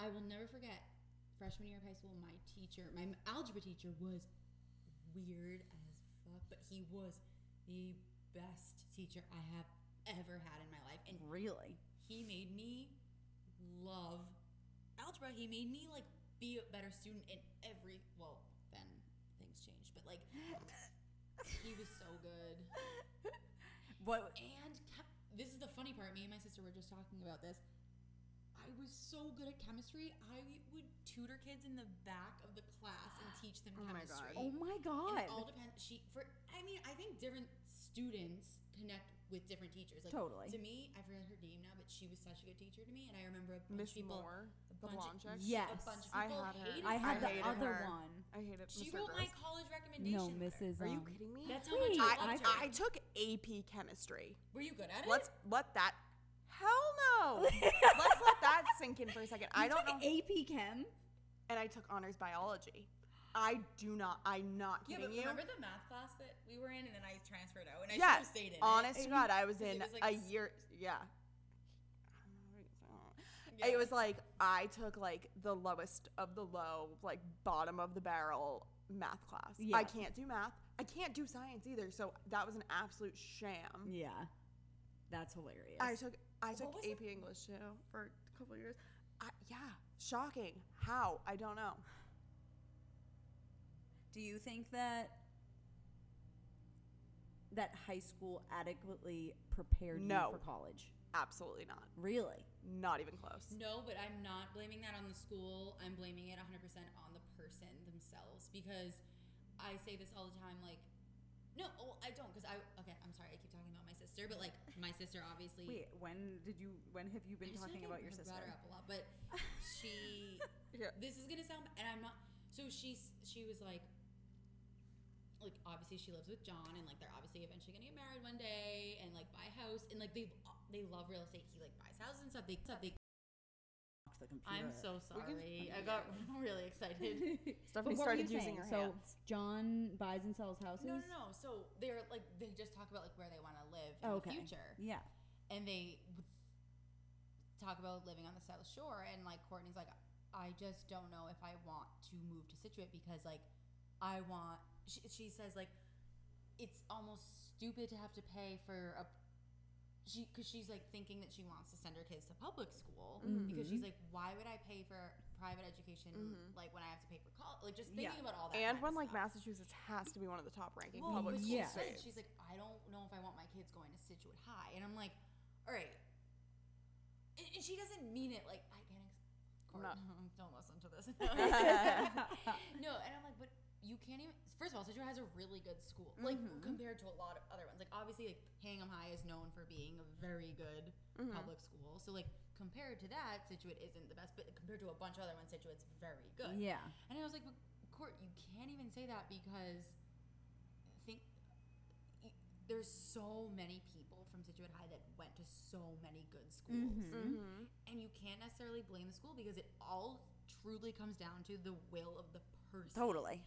E: I will never forget freshman year of high school. My teacher, my algebra teacher, was weird as fuck, but he was the best teacher I have ever had in my life, and
F: Really?
E: he made me love algebra. He made me like be a better student in every. Well, then things changed, but like he was so good.
F: What?
E: And chem- this is the funny part. Me and my sister were just talking about this. I was so good at chemistry. I would tutor kids in the back of the class and teach them
B: Oh my God.
E: chemistry.
F: Oh my
E: And
F: god!
E: it all depends. She for I mean I think different students connect with different teachers. Like
F: Totally.
E: to me, I forgot her name now, but she was such a good teacher to me, and I remember a bunch
B: Miss
E: of people.
B: Moore,
E: a
B: the
E: bunch
B: blonde chick.
F: Yes.
E: A bunch of
B: I
E: people
B: had her.
E: hated
F: I had
E: her.
F: the
B: hated
F: other
B: her.
F: one.
B: I hate it.
E: She
B: Mr.
E: wrote my
B: Gross.
E: college recommendation.
F: No,
E: letter.
F: Mrs.
B: Are you
F: um,
B: kidding me?
E: That's how much
F: Wait,
E: I
F: I-
E: loved her.
F: I-
B: I took AP chemistry.
E: Were you good at it?
B: Let's let that. Hell no. Let's let that sink in for a second. I
F: You
B: don't know.
F: took AP Chem.
B: and I took honors biology. I do not. I'm not
E: Yeah,
B: kidding
E: but
B: you.
E: remember the math class that we were in, and then I transferred out, and I
B: yes.
E: should have stayed in.
B: honest
E: it.
B: to God, I was
E: 'Cause it
B: in
E: was, like,
B: a
E: s-
B: year. Yeah.
E: Yeah.
B: It was like I took like the lowest of the low, like bottom of the barrel math class.
F: Yeah.
B: I can't do math. I can't do science either. So that was an absolute sham.
F: Yeah, that's hilarious.
B: I took I took
E: was
B: AP English too for a couple of years. I, yeah, shocking. How I don't know.
F: Do you think that that high school adequately prepared
B: No.
F: you for college?
B: Absolutely not.
F: Really?
B: Not even close.
E: No, but I'm not blaming that on the school. I'm blaming it 100% on the person themselves because I say this all the time like, no, oh, I don't because I, okay, I'm sorry, I keep talking about my sister, but like my sister obviously.
C: Wait, when did you? When have you
E: I
C: been
E: just feel
C: talking
E: like I
C: about your
E: have
C: sister?
E: brought her up a lot, but she,
B: Yeah.
E: this is gonna sound, and I'm not, so she's, she was like, like obviously she lives with John and like they're obviously eventually gonna get married one day and like buy a house and like they they love real estate. He like buys houses and stuff. They stuff they
F: Fuck The computer.
E: I'm so sorry. I got really excited.
F: But
B: Stephanie
F: what were
B: started
F: you
B: using
F: saying?
B: her
F: So
B: hands.
F: John buys and sells houses.
E: no, no, no. So they're like they just talk about like where they want to live in
F: Okay.
E: the future,
F: Yeah.
E: and they w- talk about living on the South Shore. And like Courtney's like, I just don't know if I want to move to Situate because like I want. She, she says like it's almost stupid to have to pay for a. She, because she's like thinking that she wants to send her kids to public school
B: Mm-hmm.
E: because she's like, why would I pay for private education like when I have to pay for college? Like just thinking
F: Yeah.
E: about all that.
B: Mm-hmm. And
E: kind
B: when
E: of
B: like
E: stuff.
B: Massachusetts has to be one of the top ranking
E: Well,
B: public
E: but
B: schools.
E: she
F: Yeah.
E: said- she's like, I don't know if I want my kids going to Situate High, and I'm like, all right. And, and she doesn't mean it. Like I can't. Ex- Court,
B: No.
E: Don't listen to this. no, and I'm like, but you can't even. First of all, Situate High is a really good school, like compared to a lot of other ones. Like obviously, like Hingham High is known for being a very good public school. So like compared to that, Situate isn't the best, but compared to a bunch of other ones, Situate's very good.
F: Yeah.
E: And I was like, but Court, you can't even say that because think y- there's so many people from Situate High that went to so many good schools. And you can't necessarily blame the school because it all truly comes down to the will of the person.
F: Totally.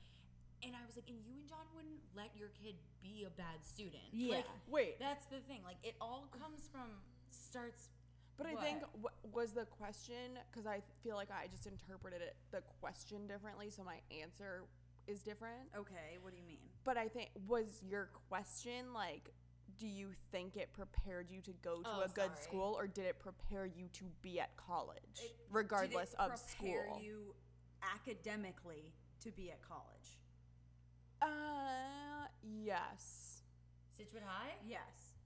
E: And I was like, and you and John wouldn't let your kid be a bad student.
F: Yeah.
E: Like,
B: Wait,
E: that's the thing. Like, it all comes from starts.
B: but I
E: what?
B: think w- was the question because I feel like I just interpreted it the question differently, so my answer is different.
C: Okay, what do you mean?
B: But I think was your question like, do you think it prepared you to go to
E: Oh,
B: a good
E: sorry.
B: school, or did it prepare you to be at college, regardless
C: did it
B: of
C: prepare
B: school?
C: you academically to be at college?
B: uh, yes.
E: Situate High?
C: Yes.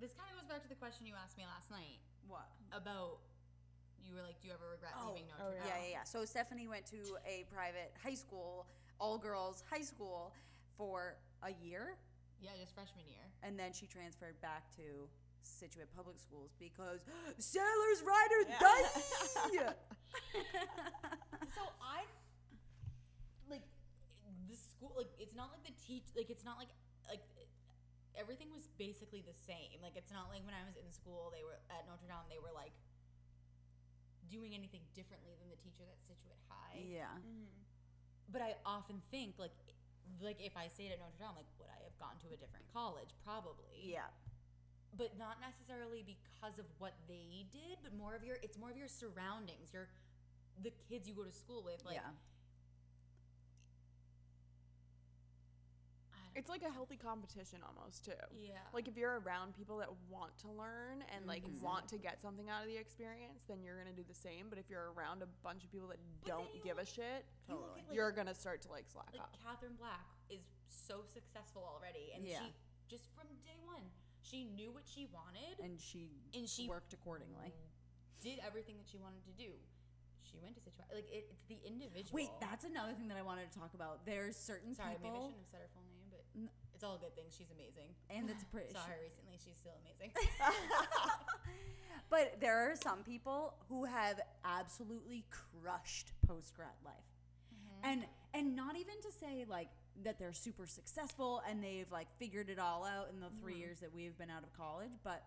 E: This kind of goes back to the question you asked me last night
C: What?
E: about you were like, do you ever regret leaving Notre Dame?
C: yeah.
D: Yeah, yeah, yeah. So Stephanie went to a private high school, all girls high school, for a year,
E: yeah. just freshman year.
D: and then she transferred back to Situate Public Schools because sailors riders die.
E: So I like the school like it's not like the teach like it's not like like everything was basically the same. Like it's not like when I was in school they were at Notre Dame they were like doing anything differently than the teacher at Situate High.
D: yeah.
C: Mm-hmm.
E: But I often think like like if I stayed at Notre Dame like would I have gone to a different college? Probably.
D: Yeah.
E: but not necessarily because of what they did, but more of your it's more of your surroundings, your the kids you go to school with. Like
D: yeah.
E: I don't
B: It's like a healthy competition almost too.
E: yeah,
B: Like if you're around people that want to learn and like
D: Mhm.
B: want to get something out of the experience, then you're gonna do the same. But if you're around a bunch of people that
E: then
B: don't
E: you
B: give a
E: look-
B: shit,
E: You look at, like,
B: you're gonna start to like slack
E: like
B: off.
E: Catherine Black is so successful already, and
D: Yeah.
E: she just from day one she knew what she wanted and,
D: And she
E: she
D: worked accordingly.
E: did everything that she wanted to do. She went to situation like it, it's the individual.
C: Wait, that's another thing that I wanted to talk about. There's certain
E: sorry, maybe I
C: people,
E: shouldn't have said her full name, but
C: N-
E: it's all good things. She's amazing.
C: and that's pretty.
E: Saw her recently; she's still amazing.
D: but there are some people who have
C: absolutely crushed post grad life.
E: Mm-hmm.
C: And and not even to say like that they're super successful and they've like figured it all out in the 3
E: Mm-hmm.
C: years that we've been out of college, but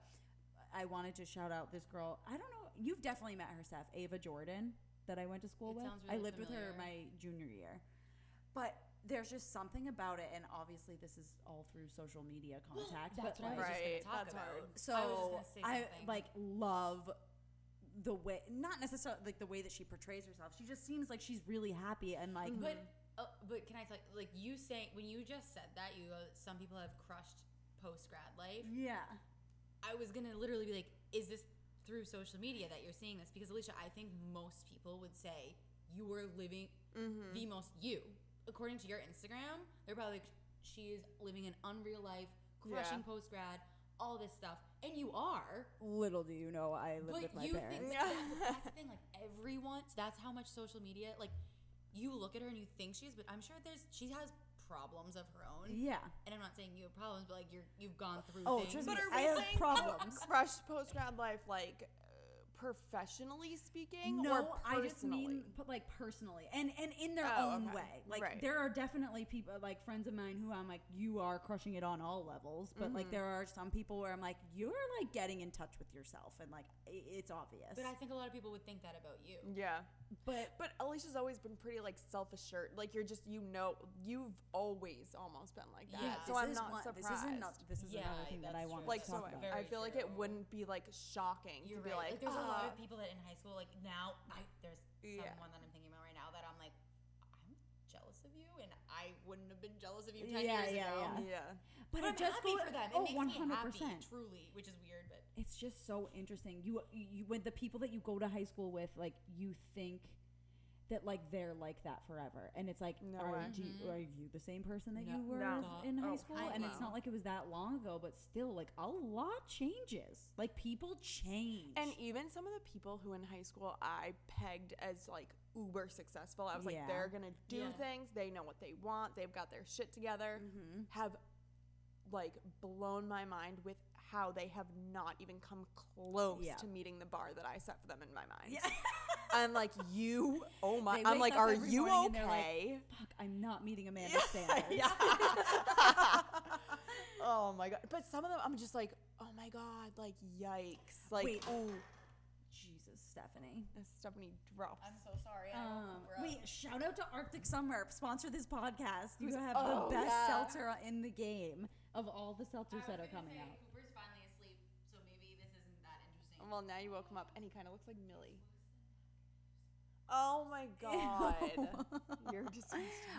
C: I wanted to shout out this girl. I don't know, you've definitely met her, Steph, Ava Jordan, that I went to school
E: It
C: with.
E: sounds
C: I
E: really
C: lived with her
E: familiar.
C: my junior year. But there's just something about it, and obviously this is all through social media contact.
E: Oh, that's
C: but
E: what I
C: like-
E: was just gonna
B: Right,
E: talk
B: that's
E: about.
B: hard.
E: I was just
C: so
E: gonna say
C: I,
E: something.
C: like love the way not necessarily like the way that she portrays herself. She just seems like she's really happy and like
E: But uh, but can I tell you, like you saying when you just said that you go, some people have crushed post grad life.
C: yeah.
E: I was gonna literally be like, is this through social media that you're seeing this? Because Alicia, I think most people would say you are living
B: Mm. Mm-hmm.
E: the most you. According to your Instagram, they're probably like, she is living an unreal life, crushing
B: Yeah.
E: post grad, all this stuff, and you are.
C: Little do you know, I live with
E: But
C: my
E: you
C: parents.
E: think
B: parents.
E: that, that's the thing, like everyone. That's how much social media. Like you look at her and you think she's, but I'm sure there's she has problems of her own.
C: yeah.
E: And I'm not saying you have problems, but like you're you've gone through.
C: Oh,
E: things.
C: trust me,
B: But are
C: I
B: we
C: have
B: saying-
C: problems.
B: Crushed post grad life, like uh, professionally speaking, or
C: No, I
B: personally?
C: just mean but like personally and and in their
B: Oh,
C: own
B: okay.
C: way. Like
B: Right.
C: there are definitely people like friends of mine who I'm like you are crushing it on all levels, but like there are some people where I'm like you're like getting in touch with yourself and like i- it's obvious.
E: But I think a lot of people would think that about you.
C: Mm-hmm.
B: yeah.
C: but
B: But Alicia's always been pretty like self-assured. Like you're just you know you've always almost been like that.
E: Yeah.
B: so
D: this
B: I'm
D: is
B: not
D: one-
B: surprised.
D: This is, another- this is
E: Yeah,
D: another
C: another thing that I
E: that's
C: wanted
E: true.
B: like
C: to
B: so,
C: talk
B: I-
C: about.
E: Very
B: I feel like it
E: true.
B: wouldn't be like shocking
E: You're
B: to be
E: right.
B: like,
E: Like, there's a lot
B: "Ah."
E: of people that in high school, like now, I there's
B: Yeah.
E: someone that I'm thinking about right now that I'm like, I'm jealous of you, and I wouldn't have been jealous of you ten
C: Yeah,
E: years
C: yeah,
E: ago.
C: yeah.
B: "Ah, Yeah.
E: But, I'm
C: just
E: happy
C: go-
E: for them. It
C: oh,
E: makes
C: 100%.
E: me happy, truly, which is weird, but
C: It's just so interesting. You, you when the people that you go to high school with, like you think that like they're like that forever, and it's like,
B: No
C: are,
B: way.
C: do
E: Mm-hmm.
C: you, are you the same person that
B: No.
C: you were
B: No.
C: with in
B: Oh,
C: high school?
E: I
C: and it's
E: know.
C: not like it was that long ago, but still, like a lot changes. Like people change.
B: And even some of the people who in high school I pegged as like uber successful, I was
C: Yeah.
B: like, they're gonna do
E: Yeah. Mm-hmm.
B: things. They know what they want. They've got their shit together. Have like blown my mind with how they have not even come close
C: Yeah.
B: to meeting the bar that I set for them in my mind. I'm like, you, oh my!
C: They
B: I'm like,
C: wake up
B: are
C: every
B: you
C: morning and they're like,
B: okay?
C: fuck, I'm not meeting Amanda Sanders.
B: yeah. oh my god! But some of them, I'm just like, oh my god, like yikes! Like,
C: Wait. oh.
B: ooh,
C: Jesus, Stephanie.
B: Stephanie drops.
E: I'm so sorry.
C: Um, wait, shout out to Arctic Summer. Sponsor this podcast. You have
B: oh,
C: the best
B: yeah.
C: seltzer in the game of all the seltzers that are coming out.
E: Cooper's finally asleep, so maybe this isn't that interesting.
B: Well, now you woke him up, and he kind of looks like Millie. Oh my god! You're just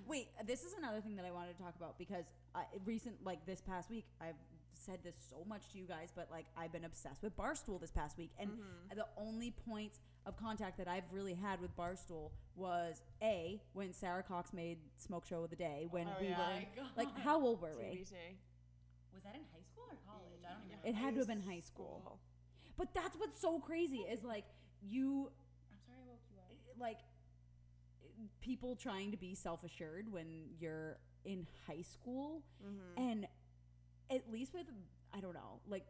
C: Wait, this is another thing that I wanted to talk about because I, recent, like this past week, I've said this so much to you guys, but like I've been obsessed with Barstool this past week, and the only points of contact that I've really had with Barstool was a when Sarah Cox made Smoke Show of the Day when
E: Oh,
C: we
E: yeah.
C: were in,
E: My God.
C: like how old were we?
B: TBT.
F: Was that in high school or college? I don't even know.
C: It had to have been high school. But that's what's so crazy is like you
F: I'm sorry I woke you up.
C: like people trying to be self-assured when you're in high school
B: Mm-hmm.
C: and at least with I don't know, like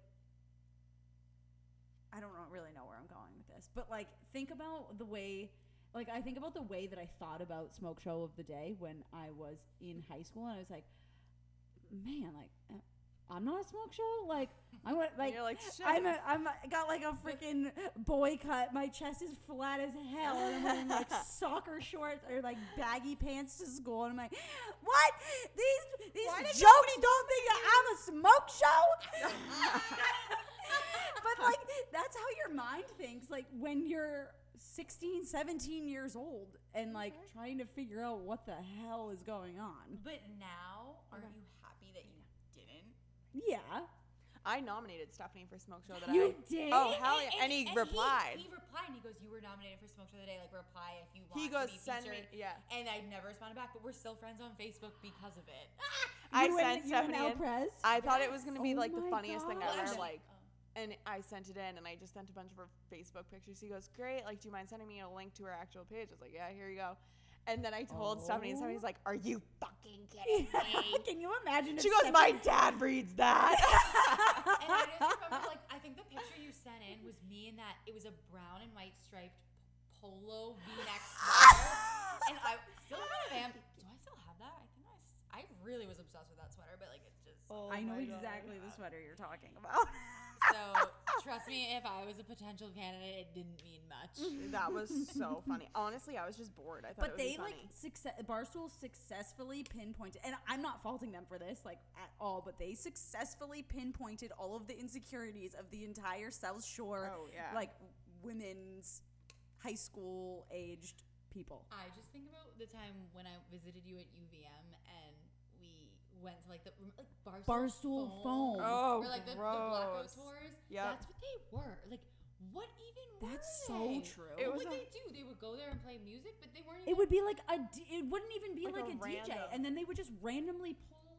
C: I don't know, really know where I'm going with this, but like think about the way, like I think about the way that I thought about Smoke Show of the Day when I was in high school, and I was like, man, like uh, I'm not a smoke show, like I went like.
B: you're like, Shit.
C: I'm a, I'm a, got like a freaking boy cut. My chest is flat as hell, and I'm wearing like soccer shorts or like baggy pants to school. And I'm like, what? These these jokes don't think that I'm a smoke show. but like that's how your mind thinks. Like when you're 16, 17 years old, and like trying to figure out what the hell is going on.
F: But now, are you happy that you didn't?
C: Yeah,
B: I nominated Stephanie for Smoke Show that
C: you
B: Mm-hmm. I.
C: did.
B: Oh hell yeah! And, he replied.
F: He, replied and he goes, "You were nominated for Smoke Show of the Day. Like reply if you want."
B: He,
F: to
B: goes,
F: be
B: send me.
F: featured."
B: Yeah.
F: And I never responded back, but we're still friends on Facebook because of it.
B: I
C: You
B: sent
C: and- you and
B: Stephanie.
C: Al
B: in-
C: Perez?
B: I thought it was gonna be
C: Oh
B: like the
C: my
B: funniest thing
C: gosh.
B: ever.
F: Oh.
B: Like,
F: Oh.
B: and I sent it in, and I just sent a bunch of her Facebook pictures. He goes, "Great! Like, do you mind sending me a link to her actual page?" I was like, "Yeah, here you go." And then I told Stephanie, and
C: Oh.
B: Stephanie's like, "Are you fucking kidding me?"
C: Can you imagine? if
B: she goes,
C: Stephanie-
B: "My dad reads that."
F: and I just remember, like, I think the picture you sent in was me in that it was a brown and white striped polo V-neck sweater, and I still kind of am. Do I still have that? I think I, s- I really was obsessed with that sweater, but like it just.
C: I know
B: my God.
C: exactly the sweater you're talking about.
F: So trust me, if I was a potential candidate, it didn't mean much.
B: that was so funny. Honestly, I was just bored. I thought it
C: but
B: would be
C: they like
B: funny.
C: success Barstool successfully pinpointed, and I'm not faulting them for this like at all. But they successfully pinpointed all of the insecurities of the entire South Shore,
B: Oh, yeah.
C: like women's high school aged people.
F: I just think about the time when I visited you at UVM and we went to like the rem- like Barstool,
C: Barstool
F: foam,
C: foam.
B: Oh,
F: or like the, the Blacko
B: gross.
F: tours.
B: Yep.
F: That's what they were. Like, what even?
C: That's
F: were
C: so
F: they?
C: true.
B: It
F: What
B: was
F: would
B: a-
F: they do? They would go there and play music, but they weren't. Even,
C: It would be like a. D- it wouldn't even be
B: Like
C: like,
B: a
C: a, DJ,
B: random-
C: and then they would just randomly pull.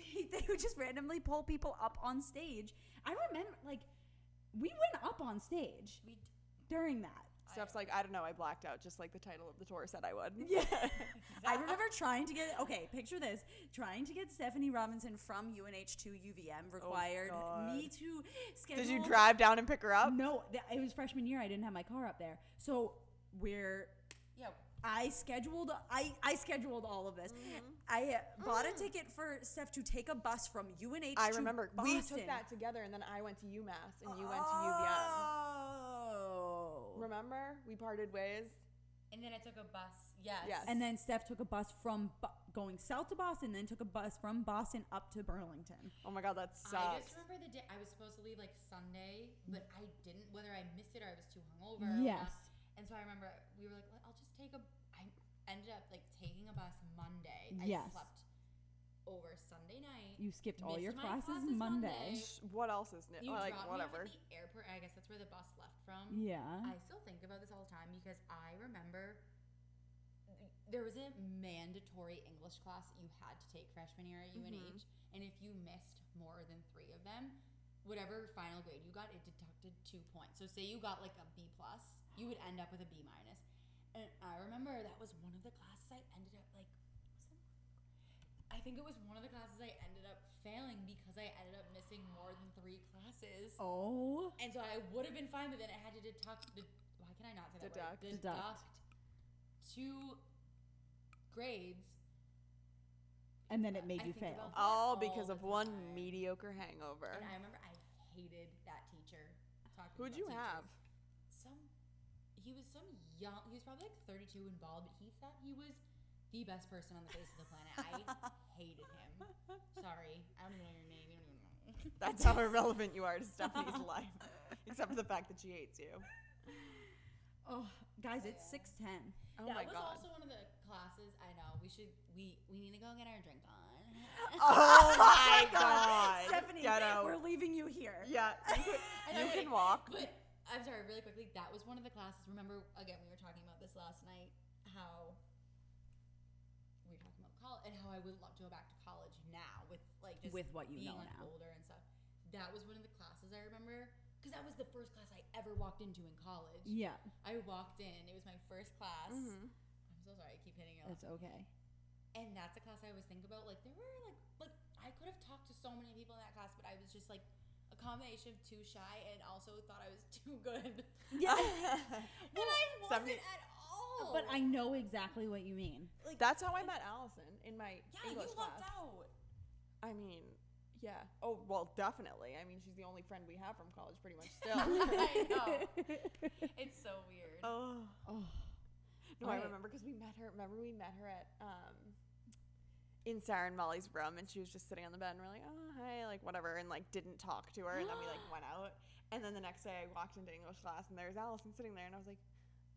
C: they would just randomly pull people up on stage. I remember, like, we went up on stage
F: We d-
C: during that.
B: Steph's like, I don't know. I blacked out, just like the title of the tour said I would.
C: Yeah. I remember trying to get okay, picture this. Trying to get Stephanie Robinson from UNH to UVM required me
B: Oh, God.
C: to schedule
B: Did you drive down and pick her up?
C: No, th- it was freshman year. I didn't have my car up there. So we're
F: yeah.
C: I scheduled I, I scheduled all of this.
B: Mm-hmm.
C: I uh, bought a ticket for Steph to take a bus from UNH
B: Mm. I
C: to
B: remember
C: Boston.
B: we took that together, and then I went to UMass and you went to UVM.
C: Oh.
B: Remember, we parted ways.
F: And then I took a bus. Yes.
B: Yes.
C: And then Steph took a bus from Bo- going south to Boston, then took a bus from Boston up to Burlington.
B: Oh my god, that
F: I
B: sucks.
F: just remember the day I was supposed to leave like Sunday, but I didn't. Whether I missed it or I was too hungover. or not.
C: Yes.
F: And so I remember we were like, "Well, I'll just take a. I ended up like taking a bus Monday. I
C: Yes.
F: slept over Sunday night.
C: You skipped all
F: Missed
C: your
F: my
C: classes,
F: classes
C: Monday.
F: Monday.
B: Sh- What else is new?
F: You
B: like
F: dropped
B: whatever.
F: me off at the airport. I guess that's where the bus left from.
C: Yeah.
F: I still think about this all the time because I remember there was a mandatory English class that you had to take freshman year at UNH, and if you missed more than three of them, whatever final grade you got, it deducted two points. So say you got like a B plus, you would end up with a B minus. And I remember that was one of the classes I ended up like. was it- I think it was one of the classes I ended up failing because I ended up missing more than three classes.
C: oh.
F: And so I would have been fine, but then it had to deduct. De- why can I not say that
B: Deduct.
F: word?
C: Deduct.
F: two grades.
C: And then it made you
F: I think
C: fail.
F: about that
B: All because
F: the
B: of one
F: time.
B: mediocre hangover.
F: And I remember I hated that teacher. Talking
B: Who'd
F: about
B: you
F: teachers.
B: have?
F: Some. He was some young. He was probably like 32 and bald, but he thought he was the best person on the face of the planet. I hated him. Sorry, I don't even know your name. You don't even know.
B: That's how irrelevant you are to Stephanie's life, except for the fact that she hates you.
C: Oh, guys, it's six ten.
B: Oh
F: that
B: my
F: was
B: god.
F: also one of the classes. I know we should. We we need to go get our drink on.
B: oh my god.
C: Stephanie,
B: Ghetto.
C: we're leaving you here.
B: Yeah, you can,
F: And
B: you
F: I'm
B: can
F: like-
B: walk.
F: But I'm sorry, really quickly, that was one of the classes. Remember, again, we were talking about this last night. How we were talking about college and how I would love to go back to college now with like just
C: With what you
F: being
C: know
F: like
C: now.
F: older and stuff. That was one of the classes I remember because that was the first class I ever walked into in college.
C: Yeah,
F: I walked in; it was my first class.
B: Mhm.
C: Mm-hmm.
F: I'm so sorry, I keep hitting it.
C: that's okay.
F: and that's a class I always think about. Like there were like like I could have talked to so many people in that class, but I was just like a combination of too shy and also thought I was too good.
C: Yeah,
F: and I
B: some
F: wasn't
B: peop-
F: at
B: Uh,
F: all.
C: but I know exactly what you mean.
F: like
B: That's how I met Allison in my
F: yeah,
B: English
F: you
B: class.
F: lucked out.
B: I mean, yeah. Oh well, definitely. I mean, she's the only friend we have from college, pretty much. Still.
F: I know. It's so weird.
B: oh
C: Oh,
B: no, I
C: Alright.
B: remember because we met her. Remember we met her at um, in Sarah and Molly's room, and she was just sitting on the bed, and we're like, oh hi, like whatever, and like didn't talk to her, and then we like went out, and then the next day I walked into English class, and there's Allison sitting there, and I was like,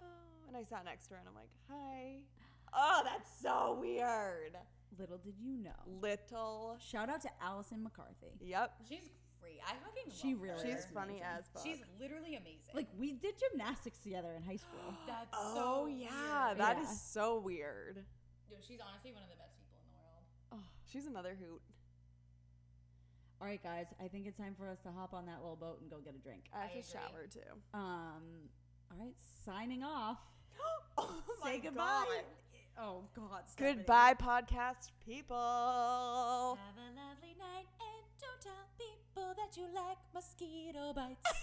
B: oh, and I sat next to her, and I'm like, hi. Oh, that's so weird.
C: little did you know.
B: Little.
C: Shout out to Allison McCarthy.
B: Yep.
F: She's great. I fucking love
C: She really
F: her.
B: She's
C: is
B: funny
C: amazing.
B: as fuck.
F: She's literally amazing.
C: Like we did gymnastics together in high school.
F: that's
B: oh
F: so
B: yeah,
F: weird.
B: that is
C: Yeah.
B: so weird.
F: Yo, she's honestly one of the best people in the world.
B: She's another hoot.
C: All right, guys, I think it's time for us to hop on that little boat and go get a drink.
B: I have
F: I
B: to
F: agree.
B: shower too.
C: Um, all right, signing off.
B: oh
C: Say goodbye. Oh God. Stephanie.
B: Goodbye, podcast people.
F: Have a lovely night and don't tell people that you like mosquito bites.